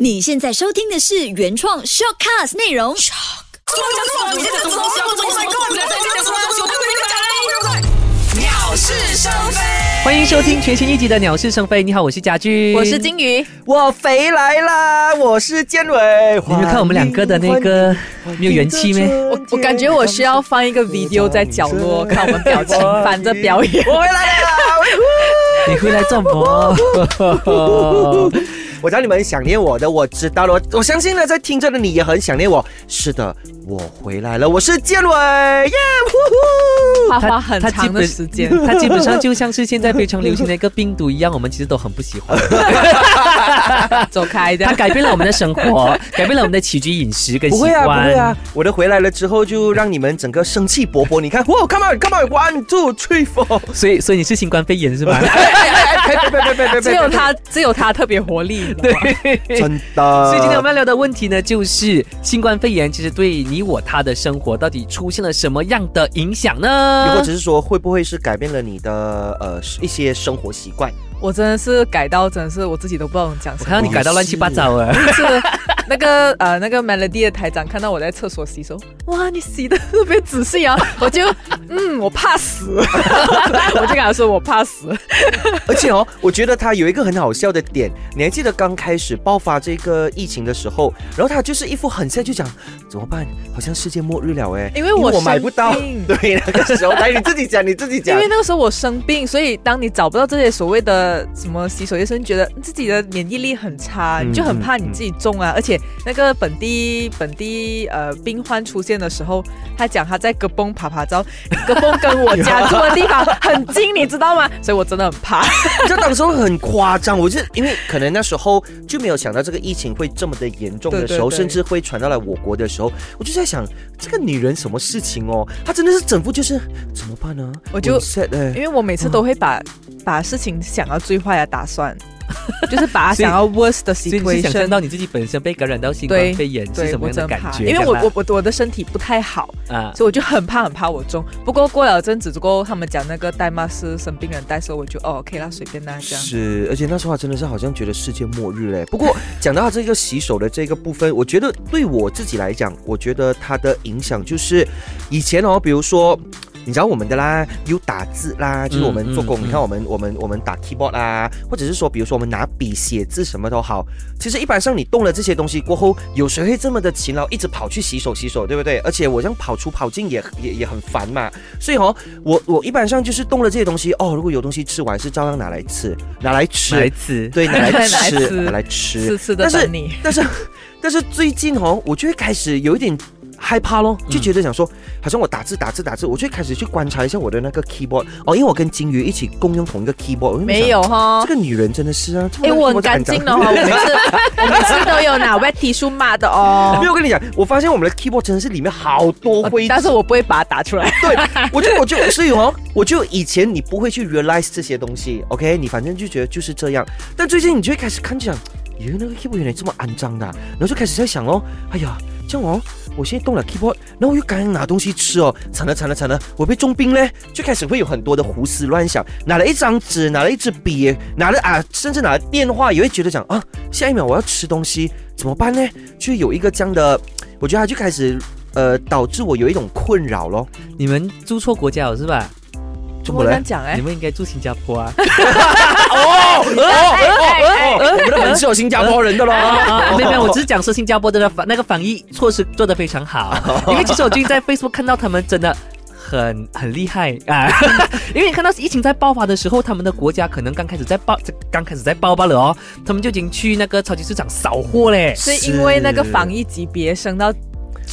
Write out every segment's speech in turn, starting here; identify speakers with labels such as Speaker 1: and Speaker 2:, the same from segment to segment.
Speaker 1: 你现在收听的是原创 Shortcast 内容。
Speaker 2: 我讲错了，你在讲什么东西啊？我我跟我们俩在讲什么东西？我不跟你们讲了，鸟是生非。
Speaker 3: 欢迎收听全新一集的《鸟是生非》。你好，我是家居，
Speaker 4: 我是。金鱼，
Speaker 5: 我肥来啦！我是建伟。
Speaker 3: 你们看我们两个的那个没有元气咩？
Speaker 4: 我我感觉我需要放一个 video 在角落，看我们表情反着表演。
Speaker 5: 我回来了！
Speaker 3: 你回来做么？
Speaker 5: 我知道你们很想念我的，我知道了。我我相信呢，在听着的你也很想念我。是的，我回来了，我是建伟耶！呼呼
Speaker 4: 花花很长的 时间，
Speaker 3: 它基本上就像是现在非常流行的一个病毒一样，我们其实都很不喜欢。
Speaker 4: 走开的
Speaker 3: 它。改变了我们的生活，改变了我们的起居饮食跟习
Speaker 5: 不会啊，
Speaker 3: 惯。
Speaker 5: 不会啊！我的回来了之后，就让你们整个生气勃勃。你看，哇，come on，come on，one two three four，
Speaker 3: 所以，所以你是新冠肺炎是吗？
Speaker 5: 别别别别别
Speaker 4: 只有他，只有他特别活力。对，
Speaker 5: 真
Speaker 4: 呃
Speaker 5: 的。
Speaker 3: 所以今天我们要聊的问题呢，就是新冠肺炎其实对你我他的生活到底出现了什么样的影响
Speaker 5: 又
Speaker 3: 呢
Speaker 5: 或？者是说，会不会是改变了你的呃一些生活习惯？
Speaker 4: 我真的是改到，真的是我自己都不知道能讲
Speaker 3: 我
Speaker 4: 什
Speaker 3: 看到
Speaker 4: 么。
Speaker 3: 你改到乱七八糟啊！
Speaker 4: 是那个呃那个 Melody 的台长看到我在厕所洗手，哇，你洗的特别仔细啊！我就嗯，我怕死， 我就跟他说我怕死。
Speaker 5: 而且哦，我觉得他有一个很好笑的点，你还记得刚开始爆发这个疫情的时候，然后他就是一副很sad，就讲怎么办，好像世界末日了哎，
Speaker 4: 因为我
Speaker 5: 买不到
Speaker 4: 生病，
Speaker 5: 对，那个时候，来你自己讲，你自己
Speaker 4: 因
Speaker 5: 讲
Speaker 4: 为。那个时候我生病，所以当你找不到这些所谓的什么洗手液时候，你觉得自己的免疫力很差，
Speaker 5: 嗯
Speaker 4: 你就很怕你自己中
Speaker 3: 嗯
Speaker 4: 啊。而且那个本地本地呃病患出现的时候，他讲他在戈崩爬爬照，戈崩跟我家住的地方很近，你知道吗？所以我真的很 怕。
Speaker 5: 就当时候很夸张，我就因为可能那时候就没有想到这个疫情会这么的严重的时候，
Speaker 4: 对对对
Speaker 5: 甚至会传到来我国的时候，我就在想这个女人什么事情哦，她真的是整副就是怎么办呢？
Speaker 4: 我就
Speaker 5: 很 sad 哎
Speaker 4: 因为我每次都会把把事情想到最坏的打算，就是把它
Speaker 3: 所以
Speaker 4: 想要 worst 的
Speaker 3: 所以你是想
Speaker 4: situation
Speaker 3: 象到你自己本身被感染到新冠
Speaker 4: 对
Speaker 3: 肺炎是
Speaker 4: 对
Speaker 3: 什么
Speaker 4: 我
Speaker 3: 样的
Speaker 4: 真
Speaker 3: 感
Speaker 4: 怕，
Speaker 3: 觉？
Speaker 4: 因为
Speaker 3: 这
Speaker 4: 我
Speaker 3: 样
Speaker 4: 我我我的身体不太好。
Speaker 3: 啦啊，
Speaker 4: 所以我就很怕很怕我中。不过过了阵子之后，他们讲那个代码是生病人带，所以我就哦 OK 啦，随便啦这样。
Speaker 5: 是，而且那时候还真的是好像觉得世界末日嘞。不 过讲到这个洗手的这个部分，我觉得对我自己来讲，我觉得它的影响就是以前哦，比如说。你知道我们的啦，有打字啦，就是我们做工，
Speaker 3: 嗯嗯
Speaker 5: 你看我们我们我们打 keyboard 啦，或者是说，比如说我们拿笔写字什么都好。其实一般上你动了这些东西过后，有谁会这么的勤劳，一直跑去洗手洗手，对不对？而且我这样跑出跑进也也也很烦嘛。所以哦，我我一般上就是动了这些东西哦，如果有东西吃完是照样拿来吃，拿来吃，
Speaker 3: 来自
Speaker 5: 对，拿来
Speaker 4: 拿来
Speaker 5: 吃，
Speaker 4: 吃
Speaker 5: 拿来吃
Speaker 4: 痴。痴的
Speaker 5: 但是
Speaker 4: 等你，
Speaker 5: 但是但是最近哦，我就会开始有一点害怕咯，
Speaker 4: 嗯
Speaker 5: 就觉得想说，好像我打字打字打字，我就会开始去观察一下我的那个 keyboard 哦，因为我跟金鱼一起共用同一个 keyboard，我就想
Speaker 4: 没。有哈
Speaker 5: 这。个女人真的是啊！
Speaker 4: 哎、我很干净
Speaker 5: 了
Speaker 4: 的哈，我每次我每次都有拿 wet tissue 抹的 哦
Speaker 5: 没。有，我跟你讲，我发现我们的 keyboard 真的是里面好多灰
Speaker 4: 但是我不会把它打出来。
Speaker 5: 我就我就所以哦，我就以前你不会去 realize 这些东西，OK，你反正就觉得就是这样。但最近你就会开始看就想，原来那个 keyboard 原来这么肮脏的啊、然后就开始在想哦，哎呀，这样哦，我现在动了 keyboard，然后我又刚拿东西吃哦，惨了惨了惨了，我被中病嘞，就开始会有很多的胡思乱想。拿了一张纸，拿了一支笔，拿了啊，甚至拿了电话，也会觉得讲啊，下一秒我要吃东西怎么办呢？就有一个这样的，我觉得他就开始。呃，导致我有一种困扰咯，
Speaker 3: 你们住错国家了是吧？
Speaker 5: 怎
Speaker 4: 我
Speaker 5: 么
Speaker 4: 这
Speaker 5: 了
Speaker 4: 样？讲哎、
Speaker 3: 你们应该住新加坡啊！
Speaker 5: 哎哦，我们的粉是有新加坡人的咯。
Speaker 3: 啊，没有没有，我只是讲说新加坡的防那个防疫措施做得非常 好，因为其实我最近在 Facebook 看到他们真的。很很厉害啊！ 因为你看到疫情在爆发的时候，他们的国家可能刚开始在爆，刚开始在爆发了哦，他们就已经去那个超级市场扫货嘞。
Speaker 4: 是因为那个防疫级别升到橘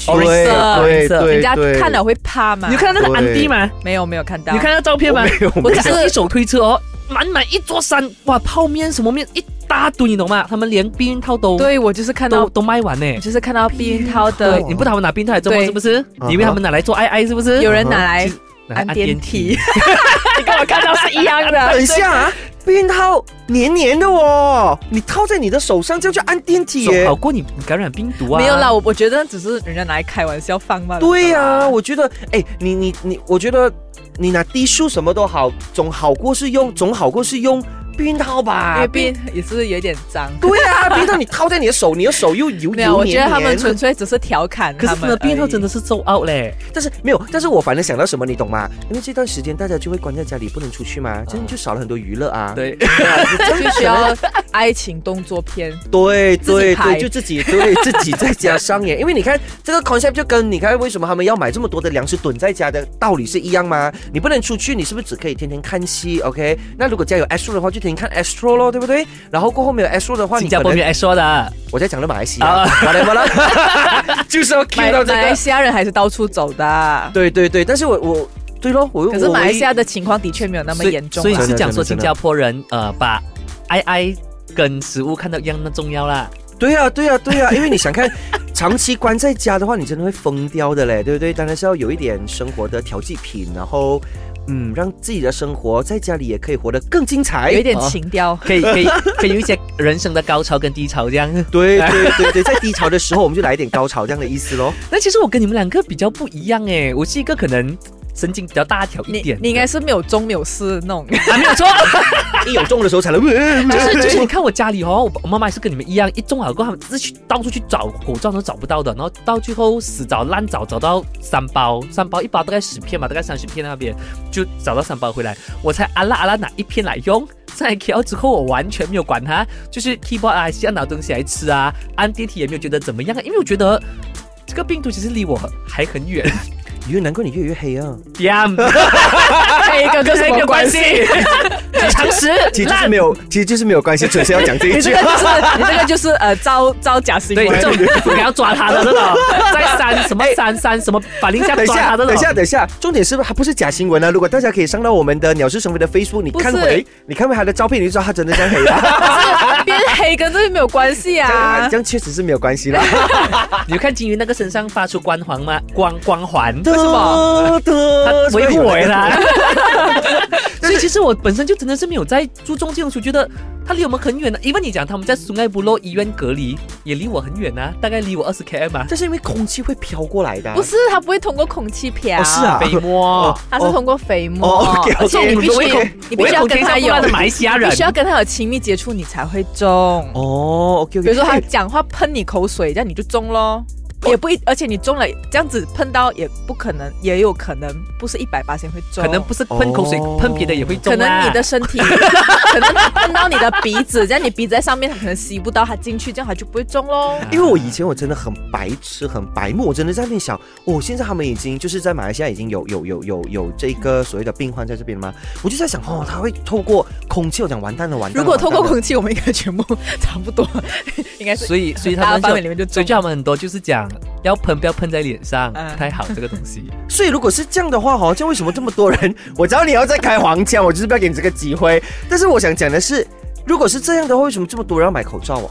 Speaker 5: 哦对
Speaker 4: 色，
Speaker 5: 对
Speaker 3: 色
Speaker 5: 对
Speaker 4: 人家看了会怕吗？
Speaker 3: 你有看到那个安迪吗？
Speaker 4: 没有没有看到？
Speaker 3: 你看到照片吗？
Speaker 5: 我
Speaker 3: 我
Speaker 5: 没有
Speaker 3: 只是一手推车哦，满满一座山，哇，泡面什么面一大堆，你懂吗？他们连避孕套都
Speaker 4: 对我就是看
Speaker 3: 都
Speaker 4: 到，
Speaker 3: 都卖完呢。
Speaker 4: 就是看到避孕套的
Speaker 3: 对，你不打算拿避孕套来做吗？
Speaker 4: 对
Speaker 3: 是不是？
Speaker 5: 啊
Speaker 3: 你以为他们拿来做爱爱是不是？
Speaker 4: 有人拿来
Speaker 5: 嗯
Speaker 3: 拿来，
Speaker 4: 按电梯，
Speaker 3: 你跟我看到是一样的。
Speaker 5: 等一下啊，避孕套黏黏的哦，你套在你的手上，这样就按电 梯
Speaker 3: 手
Speaker 5: 耶
Speaker 3: 好。过你感染病毒啊？
Speaker 4: 没有啦，，我我觉得只是人家拿来开玩笑放嘛。
Speaker 5: 对呀、
Speaker 4: 我
Speaker 5: 我觉得，哎，你你你，我觉得你拿滴数什么都好，总好过是用，总好过是用避孕套吧
Speaker 4: 因为？毕竟也是有一点脏。
Speaker 5: 对啊，避孕套你套在你的手，你的手又油油
Speaker 4: 没有，我
Speaker 5: 黏
Speaker 4: 觉得他们
Speaker 5: 黏
Speaker 4: 纯粹只是调侃
Speaker 3: 可
Speaker 4: 他
Speaker 3: 是真
Speaker 4: 们
Speaker 3: 的
Speaker 4: 而已。
Speaker 3: 变套真的是 so out 嘞，
Speaker 5: 但是没有，但是我反正想到什么，你懂吗？因为这段时间大家就会关在家里，不能出去嘛，这样就少了很多娱乐 啊。
Speaker 3: 对，
Speaker 4: 啊就需要爱情动作 片，
Speaker 5: 对
Speaker 4: 自己
Speaker 5: 对
Speaker 4: 拍
Speaker 5: 对，就自己对自己在家上演，因为你看这个 concept 就跟你看为什么他们要买这么多的粮食囤在家的道理是一样吗？你不能出去，你是不是只可以天天看戏？OK，那如果家有 astro 的话，就天天看 astro 咯，对不对？然后过后没有 astro 的话，你
Speaker 3: 新
Speaker 5: 可
Speaker 3: 加坡
Speaker 5: 能
Speaker 3: 人爱说的啊，
Speaker 5: 我在讲的马来西亚，
Speaker 4: 啊
Speaker 5: 马来马 来，就是要 cue
Speaker 4: 马
Speaker 5: 到
Speaker 4: 马
Speaker 5: 这
Speaker 4: 来
Speaker 5: 个。
Speaker 4: 西亚人还是到处走的。啊
Speaker 5: 对对对，但是我我对咯，我又
Speaker 4: 可是
Speaker 5: 我
Speaker 4: 马来
Speaker 5: 唯一
Speaker 4: 西亚的情况的确没有那么
Speaker 3: 所以
Speaker 4: 严重
Speaker 3: 所以
Speaker 4: 啊。
Speaker 3: 是讲说
Speaker 5: 真的真的真
Speaker 3: 新
Speaker 5: 的
Speaker 3: 加坡人呃把爱爱跟食物看到一样的重要啦，
Speaker 5: 对呀、对呀、啊对呀、因为你想看长期关在家的话，你真的会疯掉的嘞，对不对？当然是要有一点生活的调剂品，然后嗯，让自己的生活在家里也可以活得更精彩，
Speaker 4: 有一点
Speaker 5: 啊
Speaker 4: 情调，
Speaker 3: 可 以可以可以有一些人生的高潮跟低潮这样。
Speaker 5: 对对对对，在低潮的时候我们就来一点高潮，这样的意思 咯。
Speaker 3: 那其实我跟你们两个比较不一样诶，我是一个可能神经比较大条一
Speaker 4: 你
Speaker 3: 点的，
Speaker 4: 你应该是没有中没有事 那种，
Speaker 3: 还没有错。
Speaker 5: 一有中的时候才能，呃
Speaker 3: 就是就是，你看我家里哦，我我妈妈也是跟你们一样，一中啊好过后，他们自己去到处去找口罩都找不到的，然后到最后死找烂找，找到三包，三包一包大概十片吧，大概三十片那边就找到三包回来，我才阿拉阿拉拿一片来用。在 KL 之后，我完全没有管它，就是 keyboard 啊，还是要拿东西来吃啊，按电梯也没有觉得怎么样啊，因为我觉得这个病毒其实离我还很远。
Speaker 5: 因为难怪你越来越黑啊，
Speaker 3: Damn，
Speaker 4: 黑跟这
Speaker 3: 跟
Speaker 4: 什
Speaker 3: 这
Speaker 4: 么
Speaker 3: 个
Speaker 4: 关系？
Speaker 3: 系？ 常 识
Speaker 5: 其实就是
Speaker 3: 烂
Speaker 5: 没有，其实就是没有关系，纯粹要讲这一
Speaker 4: 你这
Speaker 5: 句啊
Speaker 4: 个。 就是你这个就是呃造造假新
Speaker 3: 对，
Speaker 4: 闻
Speaker 3: 这。种不要抓他的那种，在山什么山山什么法令下
Speaker 5: 等一
Speaker 3: 抓
Speaker 5: 下，
Speaker 3: 他的
Speaker 5: 等
Speaker 3: 那
Speaker 5: 一
Speaker 3: 种
Speaker 5: 下，。等一下，重点是不是还不是假新闻啊？如果大家可以上到我们的鸟事成为的 Facebook，你
Speaker 4: 不是
Speaker 5: 看回，你看回他的照片，你就知道他真的这样黑啊了。
Speaker 4: 变黑跟这个没有 关系
Speaker 5: 这
Speaker 4: 啊
Speaker 5: 样这。样确实是没有关系啦。
Speaker 3: 你有看金鱼那个身上发出光环吗？光光环。
Speaker 5: 为什么？，
Speaker 3: 它维护我啦，所以其实我本身就真的是没有在注重这种书，觉得它离我们很远的。因为你讲他们在苏埃布洛医院隔离，也离我很远啊，大概离我二十 km 啊。
Speaker 5: 但是因为空气会飘过来的啊。
Speaker 4: 不是，它不会通过空气飘，
Speaker 5: 哦是啊
Speaker 3: 北漠，
Speaker 4: 它是通过肥
Speaker 5: 哦
Speaker 4: 膜
Speaker 5: ，OK，，
Speaker 4: 而且你
Speaker 5: 我
Speaker 4: 必
Speaker 5: 懂我
Speaker 4: 须
Speaker 5: 懂
Speaker 4: 你必须要跟它
Speaker 3: 他
Speaker 4: 有，
Speaker 3: 的马来西亚人
Speaker 4: 必，须要跟它有亲密接触，你才会 中。
Speaker 5: 哦，OK，
Speaker 4: 比如说他讲话喷你口水，这样你就中咯。也不一，而且你中了这样子碰到也不可能，也有可能不是一百八先会中，
Speaker 3: 可能不是喷口水
Speaker 5: 哦，
Speaker 3: 喷别的也会中
Speaker 4: 可
Speaker 3: 啊。
Speaker 4: 能你的身 体，可能他碰到你的鼻子，这样你鼻子在上面，它可能吸不到它进去，这样它就不会中 咯。
Speaker 5: 因为我以前我真的很白痴，很白目，我真的在那边想，哦，现在他们已经就是在马来西亚已经有有有有有这个所谓的病患在这边吗？我就在想，哦，他会透过空气，我讲完蛋了，完蛋了。
Speaker 4: 如果透过
Speaker 5: 完蛋了
Speaker 4: 空气，我们应该全部差不多， 应该是
Speaker 3: 所以所以
Speaker 4: 哎大
Speaker 3: 他
Speaker 4: 的
Speaker 3: 们
Speaker 4: 范
Speaker 3: 就
Speaker 4: 围里面就
Speaker 3: 所
Speaker 4: 中
Speaker 3: 以。叫他们很多就是讲要喷，不要喷在脸上，
Speaker 4: 嗯
Speaker 3: 不太好这个东西。
Speaker 5: 所以如果是这样的话，好像为什么这么多人？我知道你要再开黄腔，我就是不要给你这个机会。但是我想讲的是，如果是这样的话，为什么这么多人要买口罩啊？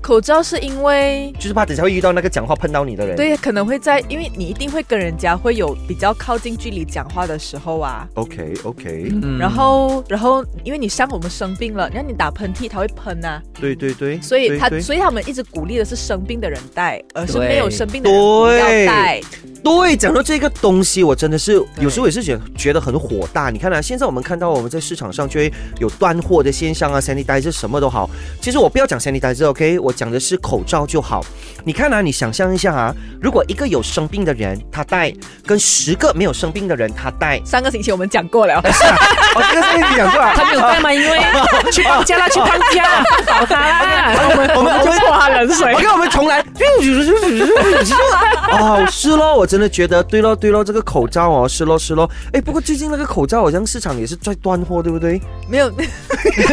Speaker 4: 口罩是因为
Speaker 5: 就是怕等下会遇到那个讲话喷到你的人。
Speaker 4: 对，可能会在，因为你一定会跟人家会有比较靠近距离讲话的时候啊，
Speaker 5: ，OK OK，
Speaker 3: 嗯
Speaker 4: 然后，然后，因为你像我们生病了，然后你打喷嚏，它会喷啊，
Speaker 5: 对对对，
Speaker 4: 所以
Speaker 5: 对
Speaker 4: 他，
Speaker 5: 对
Speaker 4: 所以他们一直鼓励的是生病的人戴，而是
Speaker 3: 对
Speaker 4: 没有生病的人不要
Speaker 5: 对
Speaker 4: 戴。
Speaker 5: 对，讲到这个东西，我真的是
Speaker 4: 对，
Speaker 5: 有时候也是觉觉得很火大。你看啊，现在我们看到我们在市场上就会有断货的现象啊，sanitizer 什么都好。其实我不要讲 sanitizer，OK，、我讲的是口罩就好。你看啊，你想象一下啊，如果一个有生病的人他戴，跟十个没有生病的人他戴
Speaker 4: 上个星期我们讲过了，
Speaker 5: 是啊，哦，这个是你讲 过啊。
Speaker 3: 他没有带嘛，因为去放假啦，去放假啦，找他 啦。
Speaker 5: 我们我们泼他冷 水。我看我们重来。 哦，是咯，我真的觉得对咯对咯，这个口罩哦，是咯是咯。哎，不过最近那个口罩好像市场也是在断货，对不 对？
Speaker 4: 没有，
Speaker 3: 很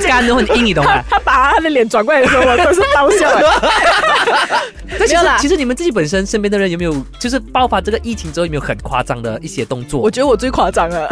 Speaker 3: 干的，很 硬，你懂吗？
Speaker 4: 他把他的脸转过来的时候，我都是爆笑了。
Speaker 3: 但其
Speaker 4: 没有
Speaker 3: 实
Speaker 4: 啦
Speaker 3: 其实你们自己本身身边的人有没有就是爆发这个疫情之后有没有很夸张的一些动作？
Speaker 4: 我觉得我最夸张了，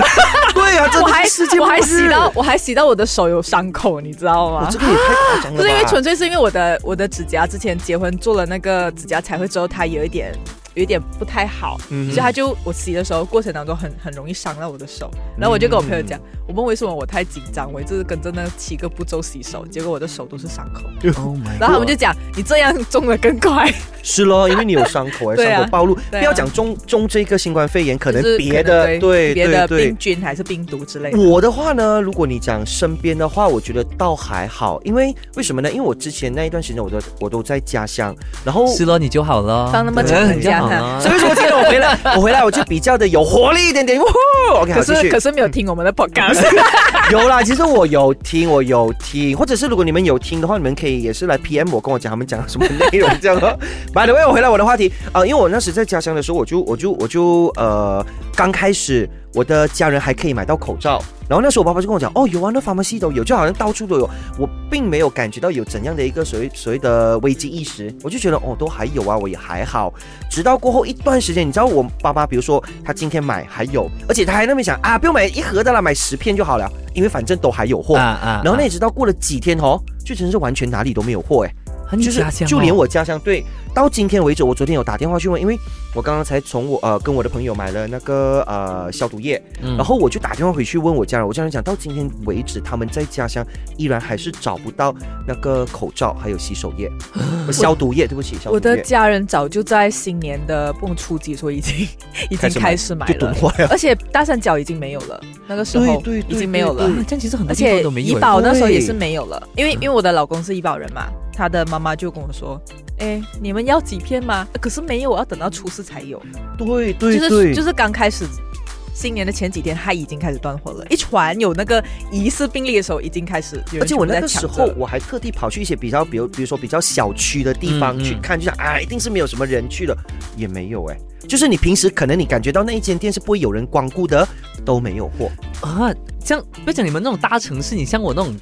Speaker 5: 对啊，真
Speaker 4: 我
Speaker 5: 的
Speaker 4: 还
Speaker 5: 是世界
Speaker 4: 我还
Speaker 5: 末日
Speaker 4: 洗到，我还洗到我的手有伤口，你知道
Speaker 5: 哇
Speaker 4: 吗？
Speaker 5: 这个也太夸张了吧。
Speaker 4: 不是因为纯粹是因为我的我的指甲之前结婚做了那个指甲彩绘之后，它有一点有一点不太好，
Speaker 5: 嗯
Speaker 4: 所以他就我洗的时候过程当中很很容易伤到我的手，然后我就跟我朋友讲，
Speaker 5: 嗯
Speaker 4: 我问为什么我太紧张，我一直跟着那七个步骤洗
Speaker 5: 嗯
Speaker 4: 手，结果我的手都是伤口，
Speaker 3: Oh my
Speaker 4: 然后他们就讲你这样中的更快，
Speaker 5: 是咯，因为你有伤口哎，
Speaker 4: 对啊
Speaker 5: 伤口暴露，不
Speaker 4: 对啊
Speaker 5: 要讲中中这个新冠肺炎，可能
Speaker 4: 就是
Speaker 5: 别
Speaker 4: 可能
Speaker 5: 的对
Speaker 4: 别
Speaker 5: 对
Speaker 4: 的
Speaker 5: 对
Speaker 4: 病。菌还是病毒之类的。
Speaker 5: 我的话呢，如果你讲身边的话，我觉得倒还好，因为为什么呢？因为我之前那一段时间，我都我都在家乡，然后
Speaker 3: 是咯，你就好了，
Speaker 4: 放那么久
Speaker 3: 嗯
Speaker 4: 很
Speaker 3: 你就
Speaker 4: 像
Speaker 3: 好
Speaker 4: 啊
Speaker 3: 了
Speaker 5: 所。以说，今天我回 来，我回来我就比较的有活力一点点。呜呼，OK，好，嗯
Speaker 4: 可
Speaker 5: 继
Speaker 4: 是
Speaker 5: 续
Speaker 4: 可。是没有听我们的 podcast，
Speaker 5: 有啦，其实我有听，我有听，或者是如果你们有听的话，你们可以也是来 PM 我，跟我讲他们讲了什么内容这样哦。By the way，我回来我的话题啊、呃因为我那时在家乡的时候，我就我就我就呃刚开始，我的家人还可以买到口罩，然后那时候我爸爸就跟我讲，哦，有啊，那 pharmacy 都有，就好像到处都有，我并没有感觉到有怎样的一个所谓所谓的危机意识，我就觉得哦都还有啊，我也还好。直到过后一段时间，你知道我爸爸，比如说他今天买还有，而且他还那边想啊，不用买一盒的啦，买十片就好了，因为反正都还有货。
Speaker 3: 啊啊！
Speaker 5: 然后那直到过了几天哦，就真是完全哪里都没有货哎，
Speaker 4: 啊
Speaker 3: 很
Speaker 5: 就
Speaker 3: 家
Speaker 5: 是
Speaker 3: 乡哦
Speaker 5: 就连我家乡对，到今天为止，我昨天有打电话去问，因为我刚刚才从我呃跟我的朋友买了那个呃消毒液，
Speaker 3: 嗯
Speaker 5: 然后我就打电话回去问我家人，我家人讲到今天为止，他们在家乡依然还是找不到那个口罩还有洗手 液、消毒液，对不起，消毒液
Speaker 4: 我的家人早就在新年的不能初几的时候已经 已经开始买
Speaker 5: 就懂
Speaker 4: 了，
Speaker 5: 坏了。
Speaker 4: 而且大三角已经没有了，那个时候
Speaker 5: 对对对
Speaker 4: 已经没有了
Speaker 5: 对对，
Speaker 3: 啊这样其实很多
Speaker 4: 嗯而
Speaker 3: 地方
Speaker 4: 且
Speaker 3: 都没
Speaker 4: 怡
Speaker 3: 有
Speaker 4: 保那时候
Speaker 5: 对嗯
Speaker 4: 也是没有了，因为因为我的老公是怡保人嘛，他的妈妈就跟我说，哎，你们要几片吗？可是没有，我要等到初四才有，
Speaker 5: 对对
Speaker 4: 就是
Speaker 5: 对，
Speaker 4: 就是刚开始。新年的前几天，他已经开始断货了。一传有那个疑似病例的时候，已经开始有人
Speaker 5: 而且我那
Speaker 4: 全
Speaker 5: 个
Speaker 4: 部在抢
Speaker 5: 时
Speaker 4: 着
Speaker 5: 候
Speaker 4: 了，
Speaker 5: 我还特地跑去一些比较，比如比如说比较小区的地方
Speaker 3: 嗯嗯
Speaker 5: 去看，就想啊，一定是没有什么人去了，也没有哎、就是你平时可能你感觉到那一间店是不会有人光顾的，都没有货。
Speaker 3: 啊，像不要讲你们那种大城市，你像我那种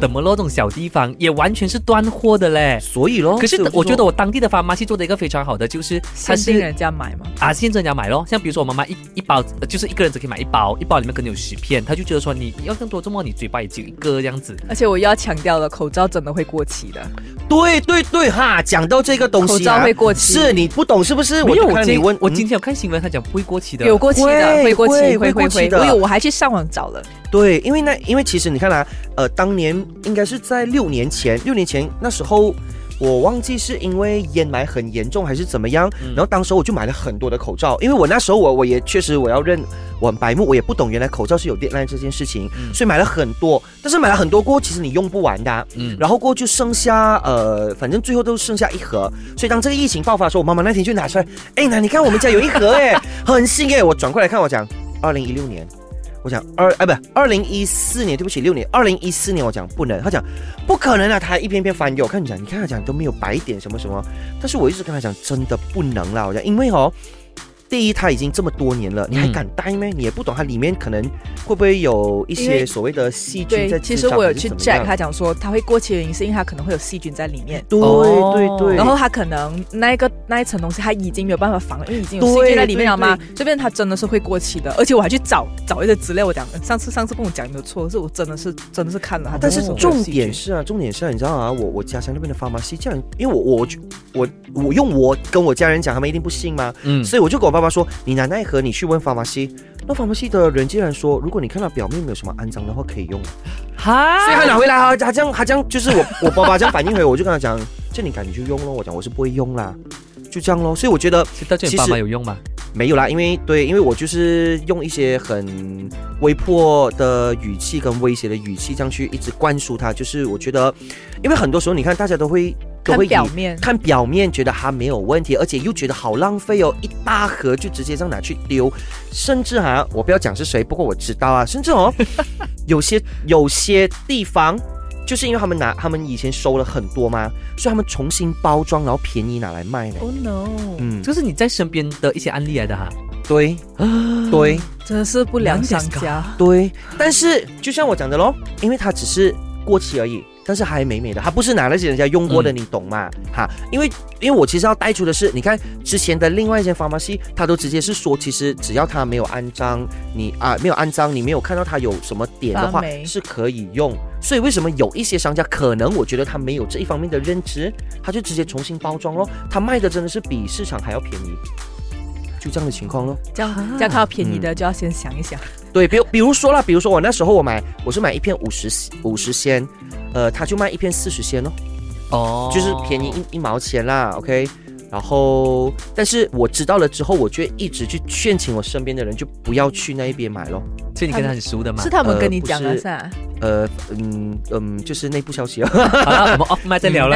Speaker 3: 怎么咯，这种小地方也完全是断货的嘞。
Speaker 5: 所以咯，
Speaker 3: 可哦是
Speaker 5: 所以
Speaker 3: 我
Speaker 5: 就
Speaker 3: 觉得
Speaker 5: 说
Speaker 3: 我当地的发妈去做的一个非常好的，就是它
Speaker 4: 限定
Speaker 3: 是
Speaker 4: 人家买嘛。
Speaker 3: 啊，现在人家买咯。像比如说我妈妈一一包，呃就是一个人只可以买一包，一包里面可能有十片，她就觉得说你要更多，这么你嘴巴也只有一个这样子。
Speaker 4: 而且我又要强调了，口罩真的会过期的，
Speaker 5: 对对对哈，讲到这个东
Speaker 4: 口
Speaker 5: 西、
Speaker 4: 罩
Speaker 5: 啊，
Speaker 4: 会过期，
Speaker 5: 是你不懂是不是？
Speaker 3: 没
Speaker 5: 我
Speaker 3: 有，
Speaker 5: 就
Speaker 3: 我
Speaker 5: 看
Speaker 3: 今
Speaker 5: 你问，
Speaker 3: 我
Speaker 5: 嗯
Speaker 3: 今天有看新闻，她讲不会过期的。
Speaker 4: 有过期的，
Speaker 5: 会
Speaker 4: 会过期，
Speaker 5: 会
Speaker 4: 会
Speaker 5: 会过
Speaker 4: 会
Speaker 5: 期
Speaker 4: 会。
Speaker 5: 的
Speaker 4: 我有，我还去上网找了，
Speaker 5: 对，因为那因为其实你看啦、呃，当年应该是在六年前，六年前那时候。我忘记是因为烟霾很严重还是怎么样，
Speaker 3: 嗯
Speaker 5: 然后当时候我就买了很多的口罩，因为我那时候我我也确实我要认我很白目，我也不懂原来口罩是有 deadline 这件事情，
Speaker 3: 嗯
Speaker 5: 所以买了很多，但是买了很多过后其实你用不完的啊、
Speaker 3: 嗯，
Speaker 5: 然后过后就剩下呃，反正最后都剩下一盒。所以当这个疫情爆发的时候，我妈妈那天就拿出来，哎，那你看我们家有一盒哎， 很新哎。我转过来看，我讲二零一六年，我讲二哎不二零一四年，对不起六年，二零一四年我讲不能，他讲不可能啊，他还一篇篇翻给我看，讲你看他讲都没有白点什么什么，但是我一直跟他讲真的不能啦，我讲因为哦。第一，他已经这么多年了，你还
Speaker 3: 嗯
Speaker 5: 敢戴咩？你也不懂它里面可能会不会有一
Speaker 4: 因为
Speaker 5: 些所谓的细菌
Speaker 4: 对
Speaker 5: 在，
Speaker 4: 其
Speaker 5: 滋
Speaker 4: 实
Speaker 5: 长
Speaker 4: 我有
Speaker 5: 还是
Speaker 4: 去
Speaker 5: 怎么
Speaker 4: check，
Speaker 5: 样
Speaker 4: 他讲说它会过期的原因是因为它可能会有细菌在里面，
Speaker 5: 对
Speaker 3: 哦
Speaker 5: 对对，
Speaker 4: 然后它可能那一个那一层东西它已经没有办法防了，因为已经有细菌
Speaker 5: 对
Speaker 4: 在里面了嘛
Speaker 5: 对，
Speaker 4: 这边它真的是会过期的。而且我还去找找一些资料，我讲上次上次跟我讲有没有错，是我真的是真的是看了它
Speaker 5: 但
Speaker 4: 真的
Speaker 5: 是
Speaker 4: 会有细菌，
Speaker 5: 重点是啊，重点是啊，你知道啊，我我家乡那边的发麻西这样，因为我我我我用我跟我家人讲，他们一定不信嘛，
Speaker 3: 嗯，
Speaker 5: 所以我就跟我爸爸说，你拿那一盒你去问发麻西，那发麻西的人竟然说，如果你看到表面没有什么肮脏的话，可以用，所以
Speaker 3: 哈
Speaker 5: 他，拿回来啊，他这样他这样就是我我爸爸这样反应回我，我就跟他讲，这你赶紧去用咯，我讲我是不会用啦，就这样咯，所以我觉得
Speaker 3: 所以到这里
Speaker 5: 其实
Speaker 3: 爸妈有用吗？
Speaker 5: 没有啦，因为对，因为我就是用一些很威迫的语气跟威胁的语气这样去一直灌输他，就是我觉得，因为很多时候你看大家都会都
Speaker 4: 看
Speaker 5: 会以
Speaker 4: 表面。
Speaker 5: 看表面觉得它没有问题，而且又觉得好浪费哦，一大盒就直接这样拿去丢，甚至哈、我不要讲是谁，不过我知道啊，甚至 哦，有些有些地方。就是因为他们拿，他们以前收了很多嘛，所以他们重新包装，然后便宜拿来卖呢。
Speaker 4: Oh no！
Speaker 5: 嗯，
Speaker 3: 这个是你在身边的一些案例来的哈。
Speaker 5: 对，
Speaker 4: 啊
Speaker 5: 对，
Speaker 4: 真的是不良商
Speaker 3: 难
Speaker 4: 家，
Speaker 5: 对，但是就像我讲的咯，因为它只是过期而已，但是还美美的，它不是拿那些人家用过的，你懂吗？
Speaker 4: 嗯
Speaker 5: 哈，因为因为我其实要带出的是，你看之前的另外一间 pharmacy，它都直接是说，其实只要它没有安装，你啊没有安装，你没有看到它有什么点的
Speaker 4: 发
Speaker 5: 话
Speaker 4: 霉，
Speaker 5: 是可以用。所以为什么有一些商家可能我觉得他没有这一方面的认知，他就直接重新包装咯，他卖的真的是比市场还要便宜。就这样的情况咯。
Speaker 4: 这样这样看到便宜
Speaker 5: 嗯
Speaker 4: 的就要先想一想。
Speaker 5: 对，比如比如说啦，比如说我那时候我买，我是买一片五十五十仙，呃，他就卖一片四十仙哦，
Speaker 3: 哦
Speaker 5: 就是便宜一一毛钱啦，OK。然后，但是我知道了之后，我就会一直去劝请我身边的人，就不要去那一边买咯。
Speaker 3: 所以你跟他很熟的嘛
Speaker 4: 是。他们
Speaker 5: 呃
Speaker 4: 跟你
Speaker 5: 不
Speaker 4: 讲了
Speaker 5: 是
Speaker 4: 是吧？
Speaker 5: 呃，嗯嗯，就是内部消息啊。
Speaker 3: 好了，我们 off 麦再聊了。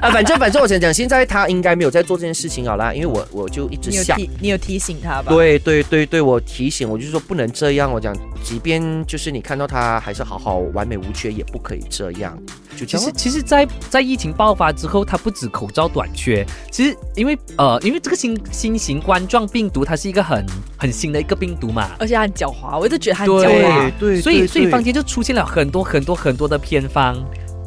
Speaker 5: 啊，反正反正我想讲，现在他应该没有在做这件事情好啦，因为我我就一直
Speaker 4: 你有
Speaker 5: 想。
Speaker 4: 提你有提醒他吧？
Speaker 5: 对对对对，我提醒，我就说不能这样。我讲，即便就是你看到他还是好好完美无缺，也不可以这样。就这
Speaker 3: 其
Speaker 5: 样
Speaker 3: 实，
Speaker 4: 啊
Speaker 3: 其实在，在疫情爆发之后，它不止口罩短缺，其实因为呃，因为这个新新型冠状病毒，它是一个很很新的一个病毒嘛，
Speaker 4: 而且他很狡猾，我一直觉得他很
Speaker 3: 对
Speaker 4: 狡猾。
Speaker 5: 对
Speaker 3: 所以所以
Speaker 5: 对
Speaker 3: 坊间就出现了很多很多很多的偏方，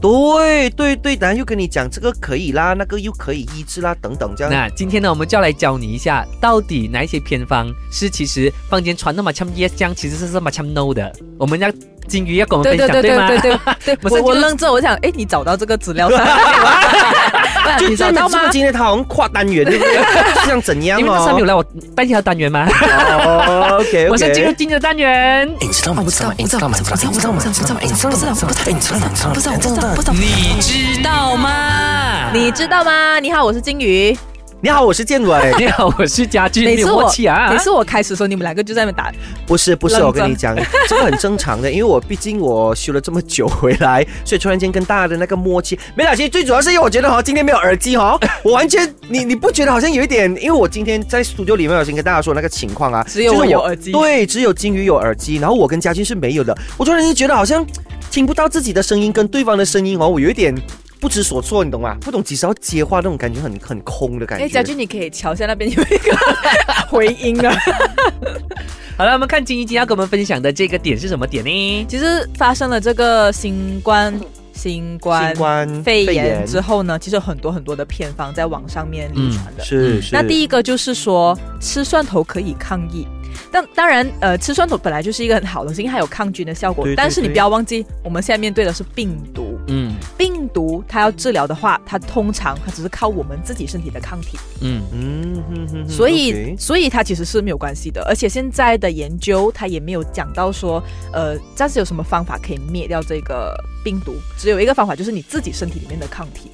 Speaker 5: 对对对，然后又跟你讲这个可以啦，那个又可以医治啦，等等
Speaker 4: 嗯
Speaker 5: 这样。
Speaker 3: 那今天呢，我们就要来教你一下，到底哪一些偏方是其实坊间传那么呛 yes 酱，其实是这么呛 no 的。我们要金鱼要跟我们
Speaker 4: 对
Speaker 3: 分
Speaker 4: 对
Speaker 3: 享
Speaker 4: 对对
Speaker 3: 吗？
Speaker 4: 对对对
Speaker 3: 不，是
Speaker 4: 我
Speaker 3: 就
Speaker 4: 我
Speaker 3: 是
Speaker 4: 愣着，我想，哎，你找到这个资 料 上了？
Speaker 5: 就
Speaker 4: 你找
Speaker 5: 真
Speaker 4: 到
Speaker 5: 的，是不
Speaker 4: 吗
Speaker 5: 是？今天他好像跨单元，对不对？是 想怎样
Speaker 3: 因为那上面有来我代替他的单元吗？
Speaker 4: 哎
Speaker 5: 哦，OK OK。
Speaker 3: 我是进入今天的单 元，
Speaker 6: 你知道吗？你知道吗？你知道吗？你知道吗？你知道吗？你知道吗？你知道吗？你知道吗？不知道，不知道，不知道，不知道。
Speaker 3: 你知道吗？
Speaker 4: 你知道吗？你好，我是金鱼。
Speaker 5: 你好，我是建伟。
Speaker 3: 你好，我是家具，
Speaker 4: 每
Speaker 3: 你
Speaker 4: 次
Speaker 3: 有
Speaker 4: 我
Speaker 3: 默契啊
Speaker 4: 每！次我开始的时候，你们两个就在那边打。
Speaker 5: 不是不是，
Speaker 4: 冷
Speaker 5: 我跟
Speaker 4: 战
Speaker 5: 你讲，这个很正常的，因为我毕竟我休了这么久回来，所以突然间跟大家的那个默契没啦。其实最主要是因为我觉得哈，今天没有耳机 哈，我完全你你不觉得好像有一点？因为我今天在 studio 里面有先跟大家说那个情况啊，
Speaker 4: 只有
Speaker 5: 就是
Speaker 4: 我有耳机
Speaker 5: 对，只有金鱼有耳机，然后我跟嘉欣是没有的。我突然间觉得好像听不到自己的声音跟对方的声音哦，我有一点。不知所措，你懂吗？不懂几时要接话，那种感觉很很空的感觉。
Speaker 4: 哎，家俊，你可以瞧一下那边有一个回音啊。
Speaker 3: 好了，我们看金鱼今天要跟我们分享的这个点是什么点呢？
Speaker 4: 其实发生了这个新冠新冠
Speaker 5: 新冠
Speaker 4: 肺
Speaker 5: 肺
Speaker 4: 炎
Speaker 5: 炎
Speaker 4: 之后呢，其实有很多很多的偏方在网上面流传的。
Speaker 5: 是
Speaker 3: 嗯
Speaker 5: 是。
Speaker 4: 那第一个就是说，吃蒜头可以抗疫。但当然，呃，吃蒜头本来就是一个很好的东西，因为它有抗菌的效果。
Speaker 5: 对对
Speaker 4: 但是你
Speaker 5: 对
Speaker 4: 不要忘记，我们现在面对的是病毒。
Speaker 3: 嗯
Speaker 4: 病毒它要治疗的话，它通常它只是靠我们自己身体的抗体，
Speaker 3: 嗯，
Speaker 5: 嗯哼哼哼
Speaker 4: 所以、
Speaker 5: OK
Speaker 4: 所以它其实是没有关系的。而且现在的研究它也没有讲到说，呃，暂时有什么方法可以灭掉这个病毒，只有一个方法就是你自己身体里面的抗体。